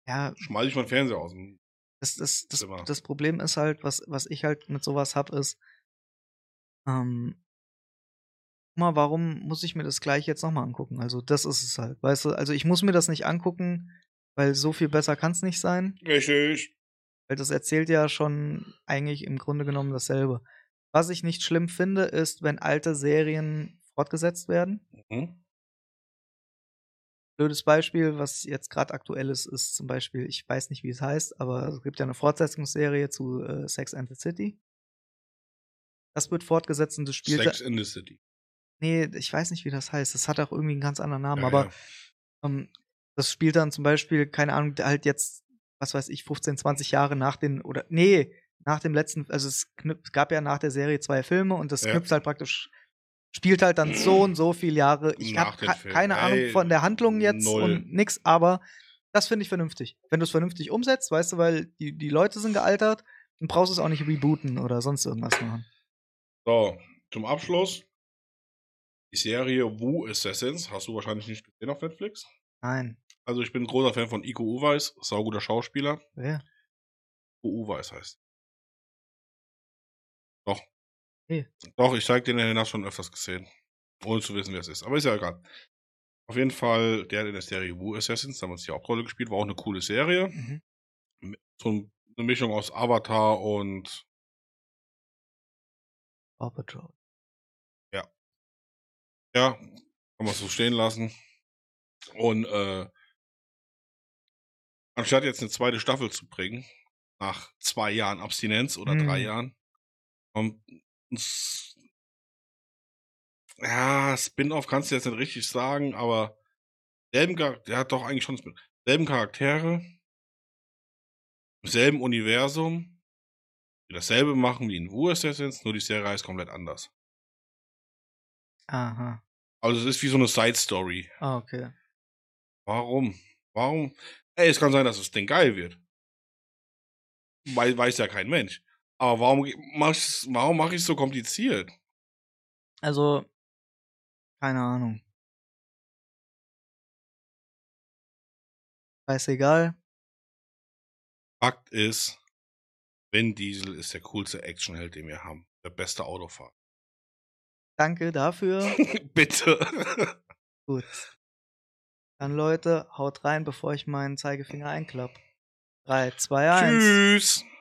ja, schmeiß ich meinen Fernseher aus. dem- das, das, das, Zimmer. das Problem ist halt, was, was ich halt mit sowas hab, ist, ähm, guck mal, warum muss ich mir das gleich jetzt nochmal angucken? Also, das ist es halt, weißt du, also ich muss mir das nicht angucken, weil so viel besser kann's nicht sein, Richtig. weil das erzählt ja schon eigentlich im Grunde genommen dasselbe. Was ich nicht schlimm finde, ist, wenn alte Serien fortgesetzt werden. Mhm. Blödes Beispiel, was jetzt gerade aktuell ist, ist zum Beispiel, ich weiß nicht, wie es heißt, aber es gibt ja eine Fortsetzungsserie zu äh, Sex and the City. Das wird fortgesetzt und das spielt. Sex in the City. Nee, ich weiß nicht, wie das heißt. Das hat auch irgendwie einen ganz anderen Namen, Ja, aber ja. Ähm, das spielt dann zum Beispiel, keine Ahnung, halt jetzt, was weiß ich, 15, 20 Jahre nach den, oder, nee, nach dem letzten, also es, knüp- es gab ja nach der Serie zwei Filme und das Ja. knüpft halt praktisch, spielt halt dann so und so viele Jahre. Ich Nach habe den ke Filmen. keine Ahnung Ey, von der Handlung jetzt null. und nix, aber das finde ich vernünftig. Wenn du es vernünftig umsetzt, weißt du, weil die, die Leute sind gealtert, dann brauchst du es auch nicht rebooten oder sonst irgendwas machen. So, zum Abschluss. Die Serie Wu Assassins hast du wahrscheinlich nicht gesehen auf Netflix. Nein. Also ich bin ein großer Fan von Iko Uweis, sauguter Schauspieler. Wer? Iko Uweis heißt. Doch. Nee. Doch, ich zeig den, den hast du schon öfters gesehen. Ohne zu wissen, wer es ist. Aber ist ja egal. Auf jeden Fall, der hat in der Serie Wu Assassins damals die Hauptrolle gespielt, war auch eine coole Serie. Mhm. So ein- eine Mischung aus Avatar und Paw Patrol. ja, kann man so stehen lassen. Und äh, anstatt jetzt eine zweite Staffel zu bringen, nach zwei Jahren Abstinenz oder Hm. drei Jahren, kommt ein S- ja, Spin-off kannst du jetzt nicht richtig sagen, aber selben Char- der hat doch eigentlich schon Spin selben Charaktere, im selben Universum, die dasselbe machen wie in Wu Assassins, nur die Serie ist komplett anders. Aha. Also es ist wie so eine Side-Story. Ah, okay. Warum? Warum? Ey, es kann sein, dass das Ding geil wird. Weil weiß ja kein Mensch. Aber warum ge- mach's, warum mache ich es so kompliziert? Also, keine Ahnung. Scheißegal. Fakt ist, Vin Diesel ist der coolste Actionheld, den wir haben. Der beste Autofahrer. Danke dafür. Bitte. Gut. Dann Leute, haut rein, bevor ich meinen Zeigefinger einklapp. 3, 2, 1. Tschüss.